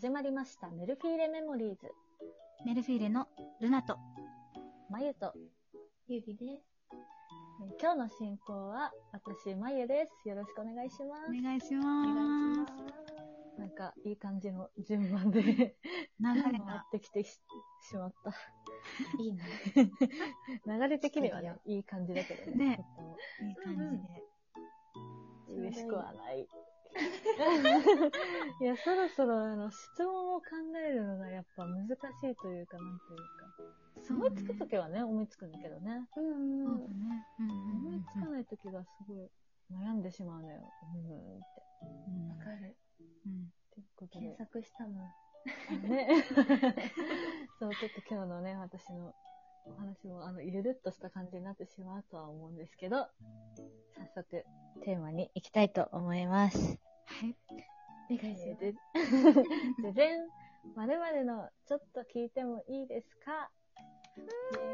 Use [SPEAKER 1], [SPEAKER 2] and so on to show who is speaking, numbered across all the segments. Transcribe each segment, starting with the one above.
[SPEAKER 1] 始まりましたメルフィーレメモリーズ。
[SPEAKER 2] メルフィーレのルナと。
[SPEAKER 1] まゆと
[SPEAKER 3] ゆりです。
[SPEAKER 1] えー今日の進行は私まゆです。よろしくお願いしま
[SPEAKER 2] お願いし
[SPEAKER 3] お。
[SPEAKER 2] ます
[SPEAKER 1] す。なんかいい感じの順番で回
[SPEAKER 2] す。流れが。
[SPEAKER 1] ってきてししまった。
[SPEAKER 3] いいね。
[SPEAKER 1] 流れ的にはね
[SPEAKER 3] 素、
[SPEAKER 1] いい感じだけど
[SPEAKER 2] ね
[SPEAKER 1] ね。
[SPEAKER 2] いい感じで。
[SPEAKER 1] ちょっと嬉しくはない。 いや、そろそろあの質問を考えるのがやっぱ難しいというか、なんというか。
[SPEAKER 2] そう
[SPEAKER 1] 思いつくと
[SPEAKER 2] ね
[SPEAKER 1] きはね、思いつくんだけどね。
[SPEAKER 3] うん
[SPEAKER 2] そううんだね。うんうん
[SPEAKER 1] 思
[SPEAKER 2] う
[SPEAKER 1] い
[SPEAKER 2] ん
[SPEAKER 1] つかないときがすごい悩んでしまうのよ。うんうんって。
[SPEAKER 2] うん。
[SPEAKER 3] わかる。
[SPEAKER 2] うん
[SPEAKER 1] ということで
[SPEAKER 3] 検。索したもん。
[SPEAKER 1] ね。 そう、ちょっと今日のね、私のお話も、あの、ゆるっとした感じになってしまうとは思うんですけど、早速、テーマに行きたいと思います。
[SPEAKER 2] はい。
[SPEAKER 3] お願いし
[SPEAKER 1] えー
[SPEAKER 3] ま
[SPEAKER 1] で、でぜん、まるまるの、ちょっと聞いてもいいですか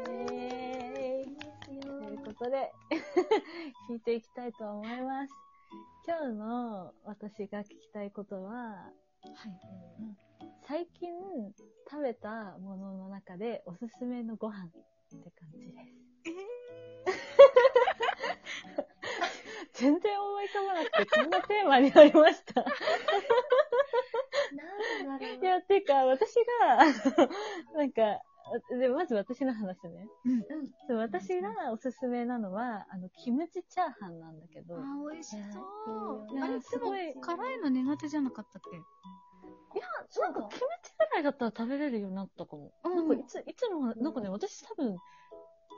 [SPEAKER 1] イエーイ
[SPEAKER 3] す。
[SPEAKER 1] ということで、 聞いていきたいと思います。今日の私が聞きたいことは、
[SPEAKER 2] はい。
[SPEAKER 1] 最近食べたものの中でおすすめのご飯って感じです。 全然思い浮かばなくて、こんなテーマになりました。い
[SPEAKER 3] なんだろう。
[SPEAKER 1] や、てか、私が、 あのなんか、でまず私の話ね。
[SPEAKER 2] うん。
[SPEAKER 3] うん。
[SPEAKER 1] そう私がおすすめなのは、あの、キムチチャーハンなんだけど、
[SPEAKER 2] あー、美味しそう。
[SPEAKER 3] ね
[SPEAKER 2] あれ、
[SPEAKER 1] ね
[SPEAKER 2] です
[SPEAKER 1] ごい
[SPEAKER 2] も、辛いの苦手じゃなかったっけ
[SPEAKER 3] な
[SPEAKER 1] なんん
[SPEAKER 3] か
[SPEAKER 1] かキムチぐらいだったら食べれるようになったかも。
[SPEAKER 2] うん
[SPEAKER 1] なんかいつ、いつも、なんかね、私多分、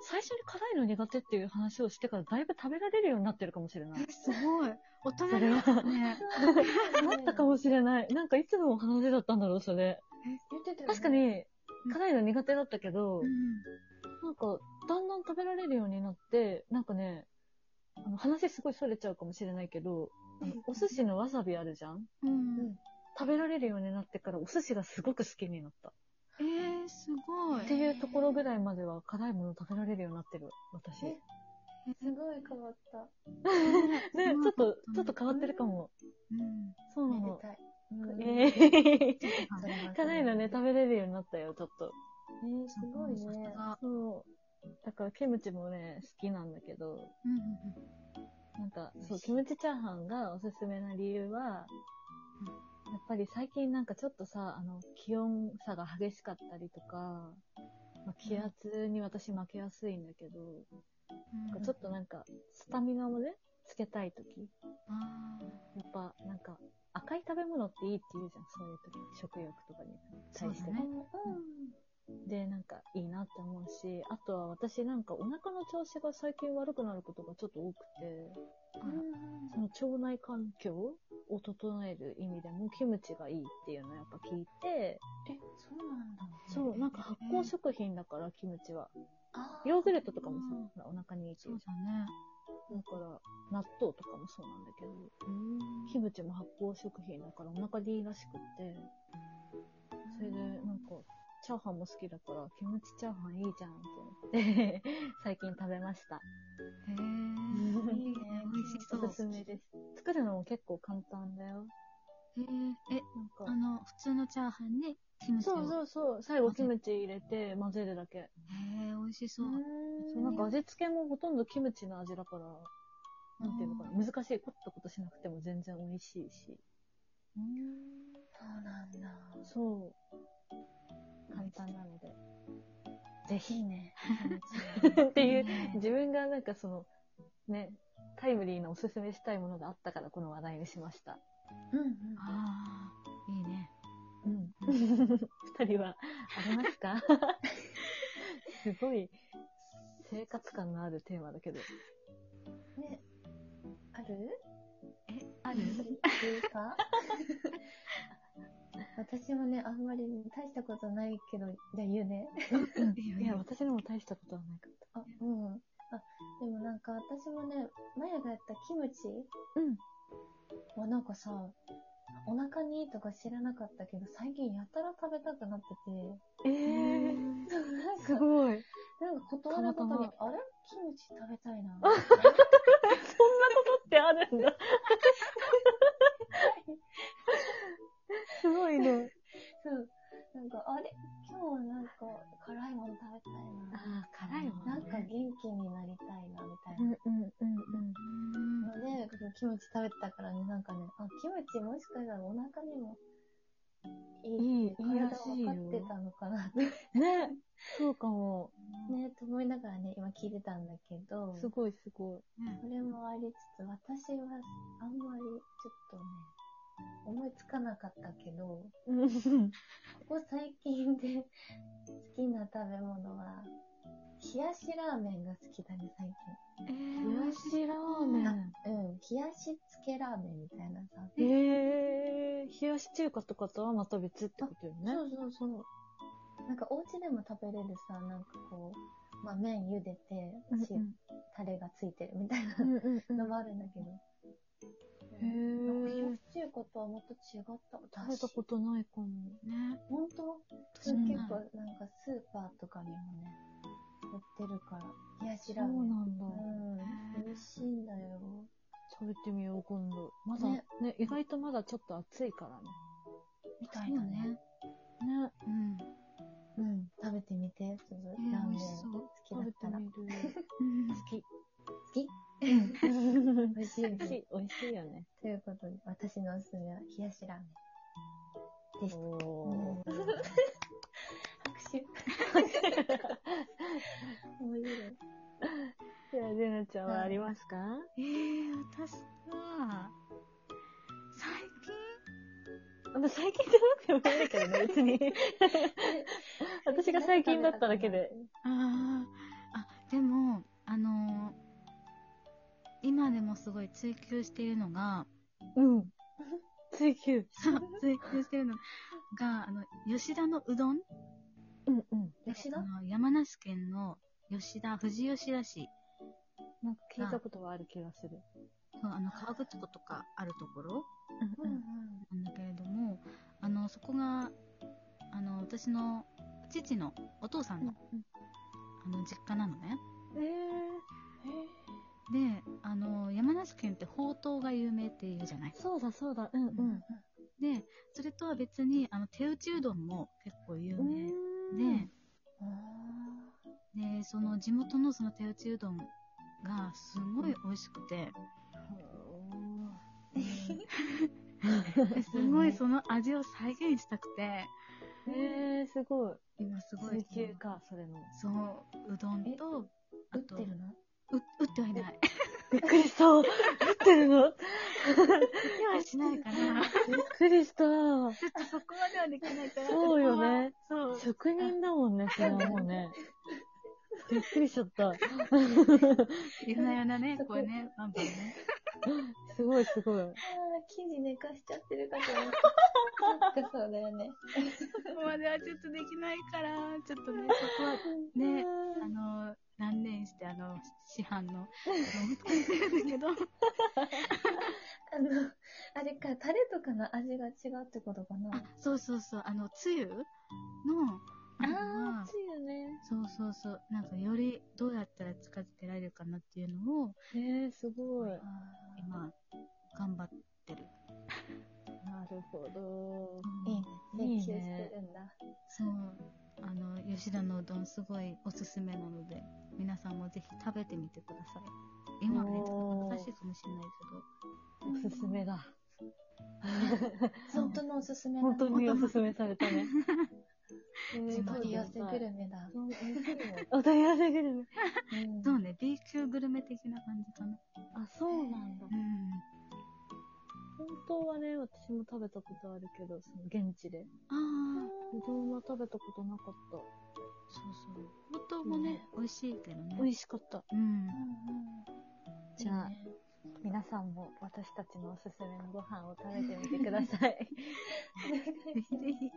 [SPEAKER 1] 最初に辛いの苦手っていう話をしてからだいぶ食べられるようになってるかもしれない
[SPEAKER 2] え、。すごい。大人になったね。
[SPEAKER 1] なったか
[SPEAKER 3] も。
[SPEAKER 1] もしれない。なんかいつのお話だったんだろう、それ。
[SPEAKER 3] 言ってたよね
[SPEAKER 1] 確か。に
[SPEAKER 2] うん、
[SPEAKER 1] 辛いの苦手だったけど、
[SPEAKER 2] うん。
[SPEAKER 1] なんか、だんだん食べられるようになって、なんかね、あの話すごいそれちゃうかもしれないけど、あのお寿司のわさびあるじゃん
[SPEAKER 2] うん。
[SPEAKER 1] 食べられるようになってからお寿司がすごく好きになった。
[SPEAKER 2] えー、すごい
[SPEAKER 1] って。いうところぐらいまでは辛いもの食べられるようになってる、私。
[SPEAKER 3] え
[SPEAKER 1] ね、
[SPEAKER 3] すごい変わった。
[SPEAKER 1] ち
[SPEAKER 2] そう
[SPEAKER 1] ょっと、
[SPEAKER 2] うん
[SPEAKER 1] ちょっと変わってるかも。
[SPEAKER 2] うん。
[SPEAKER 1] そうな
[SPEAKER 3] めで
[SPEAKER 1] の。
[SPEAKER 3] たい。
[SPEAKER 1] ええ
[SPEAKER 3] それはそれ
[SPEAKER 1] 辛いのね、食べれるようになったよ、ちょっと。
[SPEAKER 3] えー、すごいね。
[SPEAKER 2] あ
[SPEAKER 1] そう。だから、キムチもね、好きなんだけど、
[SPEAKER 2] うんうん
[SPEAKER 1] なんか、そう、キムチチャーハンがおすすめな理由は、やっぱり最近なんかちょっとさ、あの、気温差が激しかったりとか、まあ気圧に私負けやすいんだけど、
[SPEAKER 2] うん。
[SPEAKER 1] なんかちょっとなんか、スタミナをね、つけたいとき、
[SPEAKER 2] あー
[SPEAKER 1] やっぱ、なんか、赤い食べ物っていいって言うじゃん、そういう時食欲とかに対して
[SPEAKER 2] そう
[SPEAKER 1] ね
[SPEAKER 2] だ。
[SPEAKER 1] で、なんか、いいなって思うし、あとは私なんか、お腹の調子が最近悪くなることがちょっと多くて、
[SPEAKER 2] あら
[SPEAKER 1] その腸内環境を整える意味でも、キムチがいいっていうのをやっぱ聞いて、
[SPEAKER 3] え、そうなんだ。
[SPEAKER 1] そう、なんか発酵食品だから、キムチは。
[SPEAKER 3] あ
[SPEAKER 1] ヨーグルトとかもさ、ほらお腹にいいって
[SPEAKER 2] そ
[SPEAKER 1] いううじ
[SPEAKER 2] だね。
[SPEAKER 1] ゃん。だから、納豆とかもそうなんだけど、キムチも発酵食品だからお腹にいいらしくって、それでなんか、チャーハンも好きだから、キムチチャーハンいいじゃんと思って、 最近食べました。
[SPEAKER 2] へえ。
[SPEAKER 1] ん
[SPEAKER 2] いいね。美味しそう。
[SPEAKER 1] おすすめです。作るのも結構簡単だよ。
[SPEAKER 2] へえ。え、
[SPEAKER 1] なん
[SPEAKER 2] あ
[SPEAKER 1] か、
[SPEAKER 2] の、普通のチャーハンね、キムチを。
[SPEAKER 1] そうそうそう、最後キムチ入れて混ぜるだけ。
[SPEAKER 2] へえ、美味しそう。
[SPEAKER 1] そうなんか味付けもほとんどキムチの味だから、なんていうのかな、難しい、凝ったことしなくても全然美味しいし。
[SPEAKER 2] うん
[SPEAKER 3] そうなんだ。
[SPEAKER 1] そう。簡単なので。ぜひね。
[SPEAKER 3] キムチ
[SPEAKER 1] っていう
[SPEAKER 2] ね、
[SPEAKER 1] 自分がなんかその、ね、タイムリーなおすすめしたいものがあったから、この話題にしました。
[SPEAKER 3] うんうん。
[SPEAKER 2] ああ、いいね。
[SPEAKER 1] うん。 二人は、ありますかすごい、生活感のあるテーマだけど。
[SPEAKER 3] ね。ある
[SPEAKER 2] え、ある
[SPEAKER 3] っていうか私もね、あんまり大したことないけど、じゃあ言うね。
[SPEAKER 1] いや、私のも大したことはなかっ
[SPEAKER 3] あ、うん。あ、でもなんか私もね、マヤがやったキムチ
[SPEAKER 1] た。うん。
[SPEAKER 3] はなんかさ、お腹にいいとか知らなかったけど、最近やたら食べたくなって
[SPEAKER 1] え
[SPEAKER 3] て、
[SPEAKER 2] へ
[SPEAKER 1] ー、
[SPEAKER 2] ー
[SPEAKER 3] なん
[SPEAKER 1] す
[SPEAKER 3] か、
[SPEAKER 1] ごい。
[SPEAKER 3] なんか断るごと
[SPEAKER 1] た
[SPEAKER 3] に
[SPEAKER 1] ま、
[SPEAKER 3] あれキムチ食べたいな。
[SPEAKER 1] そんなことってあるんだ。すごいね。
[SPEAKER 3] あれ今日はなんか辛いもの食べたいな。
[SPEAKER 2] あー、辛いもんね。
[SPEAKER 3] なんか元気になりたいな、みたい
[SPEAKER 1] うん
[SPEAKER 3] な。
[SPEAKER 1] うんうんうん。
[SPEAKER 2] うん
[SPEAKER 3] ので、キムチ食べてたからね、なんかね、あ、キムチもしかしたらお腹にもいいって
[SPEAKER 1] いいいいら
[SPEAKER 3] 体
[SPEAKER 1] しいよ
[SPEAKER 3] 分かってたのかなって、ね、
[SPEAKER 1] ねそうかも。
[SPEAKER 3] と思いながらね、今聞いてたんだけど、
[SPEAKER 1] す
[SPEAKER 3] そ
[SPEAKER 1] ごいすごい。
[SPEAKER 2] ね
[SPEAKER 3] れもありつつ、私はあんまりちょっとね、思いつかなかったけど、
[SPEAKER 1] うん
[SPEAKER 3] ここ最近で 好きな食べ物は、冷やしラーメンが好きだね、最
[SPEAKER 2] えー
[SPEAKER 1] 冷やしラーメン。
[SPEAKER 3] 近。うん、冷やしつけラーメンみたいなさ。
[SPEAKER 1] えー、冷やし中華とかとはまた別ってことよね。
[SPEAKER 3] そうそうそう。なんかお家でも食べれるさ、なんかこう、まあ麺茹でて、しタレがついてるみたい
[SPEAKER 1] うん
[SPEAKER 3] な
[SPEAKER 1] うんうん
[SPEAKER 3] のもあるんだけど。
[SPEAKER 1] へー
[SPEAKER 3] なんか冷やし中華とはまた違った。
[SPEAKER 1] 食べたことないかも。
[SPEAKER 2] ね。
[SPEAKER 3] 本当
[SPEAKER 2] 私も
[SPEAKER 3] 結
[SPEAKER 2] ない
[SPEAKER 3] 構なんかスーパーとかにもね、売ってるから、冷やし
[SPEAKER 1] そ
[SPEAKER 3] ラー
[SPEAKER 1] う
[SPEAKER 3] メン。
[SPEAKER 1] なんだ。
[SPEAKER 3] うん、美味しいんだよ。
[SPEAKER 1] 食べてみよう、今度。まだ、ね
[SPEAKER 3] ね、
[SPEAKER 1] 意外とまだちょっと暑いからね。
[SPEAKER 3] み
[SPEAKER 2] そ
[SPEAKER 3] た
[SPEAKER 2] う
[SPEAKER 3] いなね。。
[SPEAKER 1] ね、
[SPEAKER 2] うん。
[SPEAKER 3] うん、食べてみて、ちょっと
[SPEAKER 2] えー
[SPEAKER 3] ラー
[SPEAKER 2] 美
[SPEAKER 3] メン
[SPEAKER 2] 味しそう
[SPEAKER 3] 好きだ
[SPEAKER 1] 食
[SPEAKER 3] っ
[SPEAKER 1] べて
[SPEAKER 3] たら。好
[SPEAKER 1] みる。
[SPEAKER 2] うん
[SPEAKER 1] 好き。
[SPEAKER 3] き
[SPEAKER 1] 美味しい、美
[SPEAKER 3] 美味しいよね。
[SPEAKER 1] 味しいよね。
[SPEAKER 3] ということで、私のおすすめは冷やしラーメンでし た。
[SPEAKER 1] お
[SPEAKER 3] うん拍手。面白い。
[SPEAKER 1] じゃあ、ルナちゃんはありますか
[SPEAKER 2] えー、私は、最
[SPEAKER 1] あの最近じゃなくてもいいんだけどね、別に。私が最近だっただけで。
[SPEAKER 2] 近ああ、あ、でも、あのー今でもすごい追求しているのが、
[SPEAKER 1] うん。追求。
[SPEAKER 2] 追求しているのが、あの、吉田のうどん
[SPEAKER 1] うんうん。
[SPEAKER 3] 吉田
[SPEAKER 2] あの山梨県の吉田、富士吉田市。
[SPEAKER 1] なんか聞いたことはある気がする。
[SPEAKER 2] そうあの、河口湖とかあるところ
[SPEAKER 1] う
[SPEAKER 3] うんうん。
[SPEAKER 2] なんだけれども、あの、そこが、あの、私の父のお父さんの、あの、実家なのね。
[SPEAKER 1] え
[SPEAKER 2] で、あの、山梨県ってほうとうが有名っていうじゃない
[SPEAKER 1] ー、そうだそうだ、うんう
[SPEAKER 3] うん
[SPEAKER 1] ん。
[SPEAKER 2] で、それとは別に、あの、手打ちうどんも結構有名
[SPEAKER 1] ね
[SPEAKER 2] で、で、その地元のその手打ちうどんがすごい美味しくて、すごいその味を再現したくて、
[SPEAKER 1] えー、すごい。
[SPEAKER 2] 今すごい
[SPEAKER 1] 追、求か、それの。
[SPEAKER 2] そう、うどんと、あ
[SPEAKER 3] 打っ
[SPEAKER 2] と、
[SPEAKER 3] てるの
[SPEAKER 2] う打ってはいない。
[SPEAKER 1] びっくりした。打ってるの
[SPEAKER 2] 打ってはしないから、
[SPEAKER 1] びっくりし
[SPEAKER 2] ち
[SPEAKER 1] た。
[SPEAKER 2] ょっとそこまではできないから。
[SPEAKER 1] そうよね
[SPEAKER 2] そこは。そう。
[SPEAKER 1] 職人だもんね、それはもうね。びっくりしちゃった。
[SPEAKER 2] いろんなようなね、
[SPEAKER 3] そ
[SPEAKER 2] こ
[SPEAKER 3] こ
[SPEAKER 2] うね、バンバンね。
[SPEAKER 1] すごいすごい。
[SPEAKER 3] ああ、生地寝かしちゃってるかと思 った。なんかそうだよね。
[SPEAKER 2] そこまではちょっとできないから、ちょっとね、そこは、ね、あの、断念して、あの、市 販の、作ってるんだけど、
[SPEAKER 3] あの、あれか、タレとかの味が違うってことかな。
[SPEAKER 2] あ、そうそうそう、あの、つゆの、あのは
[SPEAKER 3] 熱いよね。
[SPEAKER 2] そうそうそう、なんかよりどうやったら近づけられるかなっていうのを、
[SPEAKER 1] えー、すごい。な
[SPEAKER 2] 今、頑張ってる。
[SPEAKER 1] るほど。
[SPEAKER 3] い
[SPEAKER 1] い
[SPEAKER 3] いね。熱
[SPEAKER 1] い
[SPEAKER 3] 中し
[SPEAKER 1] ね
[SPEAKER 3] てるんだ。
[SPEAKER 2] そう、あの、吉田のうどんすごいおすすめなので、皆さんもぜひ食べてみてください。今はね、ちょっと難しいかもしれない
[SPEAKER 1] おすすめだ。
[SPEAKER 3] 本当のおすすめな
[SPEAKER 1] 本当におすすめされたね。え
[SPEAKER 3] お取り寄せグ
[SPEAKER 1] る。
[SPEAKER 3] ルメだ。
[SPEAKER 1] お取り寄せグルメ。
[SPEAKER 2] けど、そうね、B 級グルメ的な感じかな。
[SPEAKER 1] あ、そうなんだ
[SPEAKER 2] う。ん。
[SPEAKER 1] 本当はね、私も食べたことあるけど、その現地で。う
[SPEAKER 2] ああ、
[SPEAKER 1] どんは食べたことなかっ
[SPEAKER 2] そうそう。ほうとうもね、美味しいけどね
[SPEAKER 1] た。。美味しかった。
[SPEAKER 2] うん。
[SPEAKER 1] じゃあ皆さんも私たちのおすすめのご飯を食べてみてくださ い。
[SPEAKER 2] ぜひぜひ。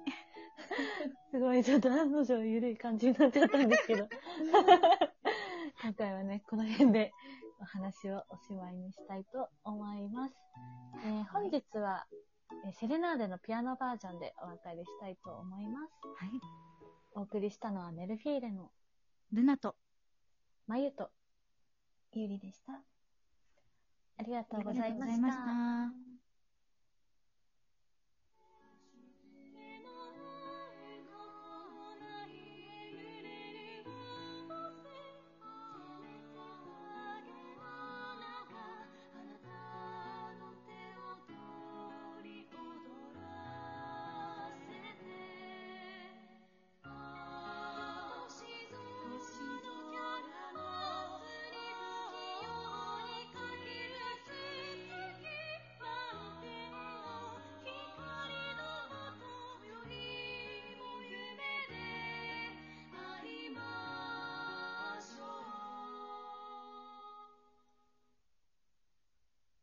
[SPEAKER 1] すごい、ちょっと案の定ゆるい感じになっちゃったんですけど。 今回はね、この辺でお話をおしまいにしたいと思います。えー本日は、えーセレナーデのピアノバージョンでお別れしたいと思います。
[SPEAKER 2] はい。
[SPEAKER 1] お送りしたのはメルフィーレの
[SPEAKER 2] ルナと、
[SPEAKER 1] まゆと
[SPEAKER 3] ゆりでした。
[SPEAKER 1] ありがと
[SPEAKER 2] あ
[SPEAKER 1] うございま
[SPEAKER 2] り
[SPEAKER 1] し
[SPEAKER 2] がとうご
[SPEAKER 1] た。
[SPEAKER 2] ざいました。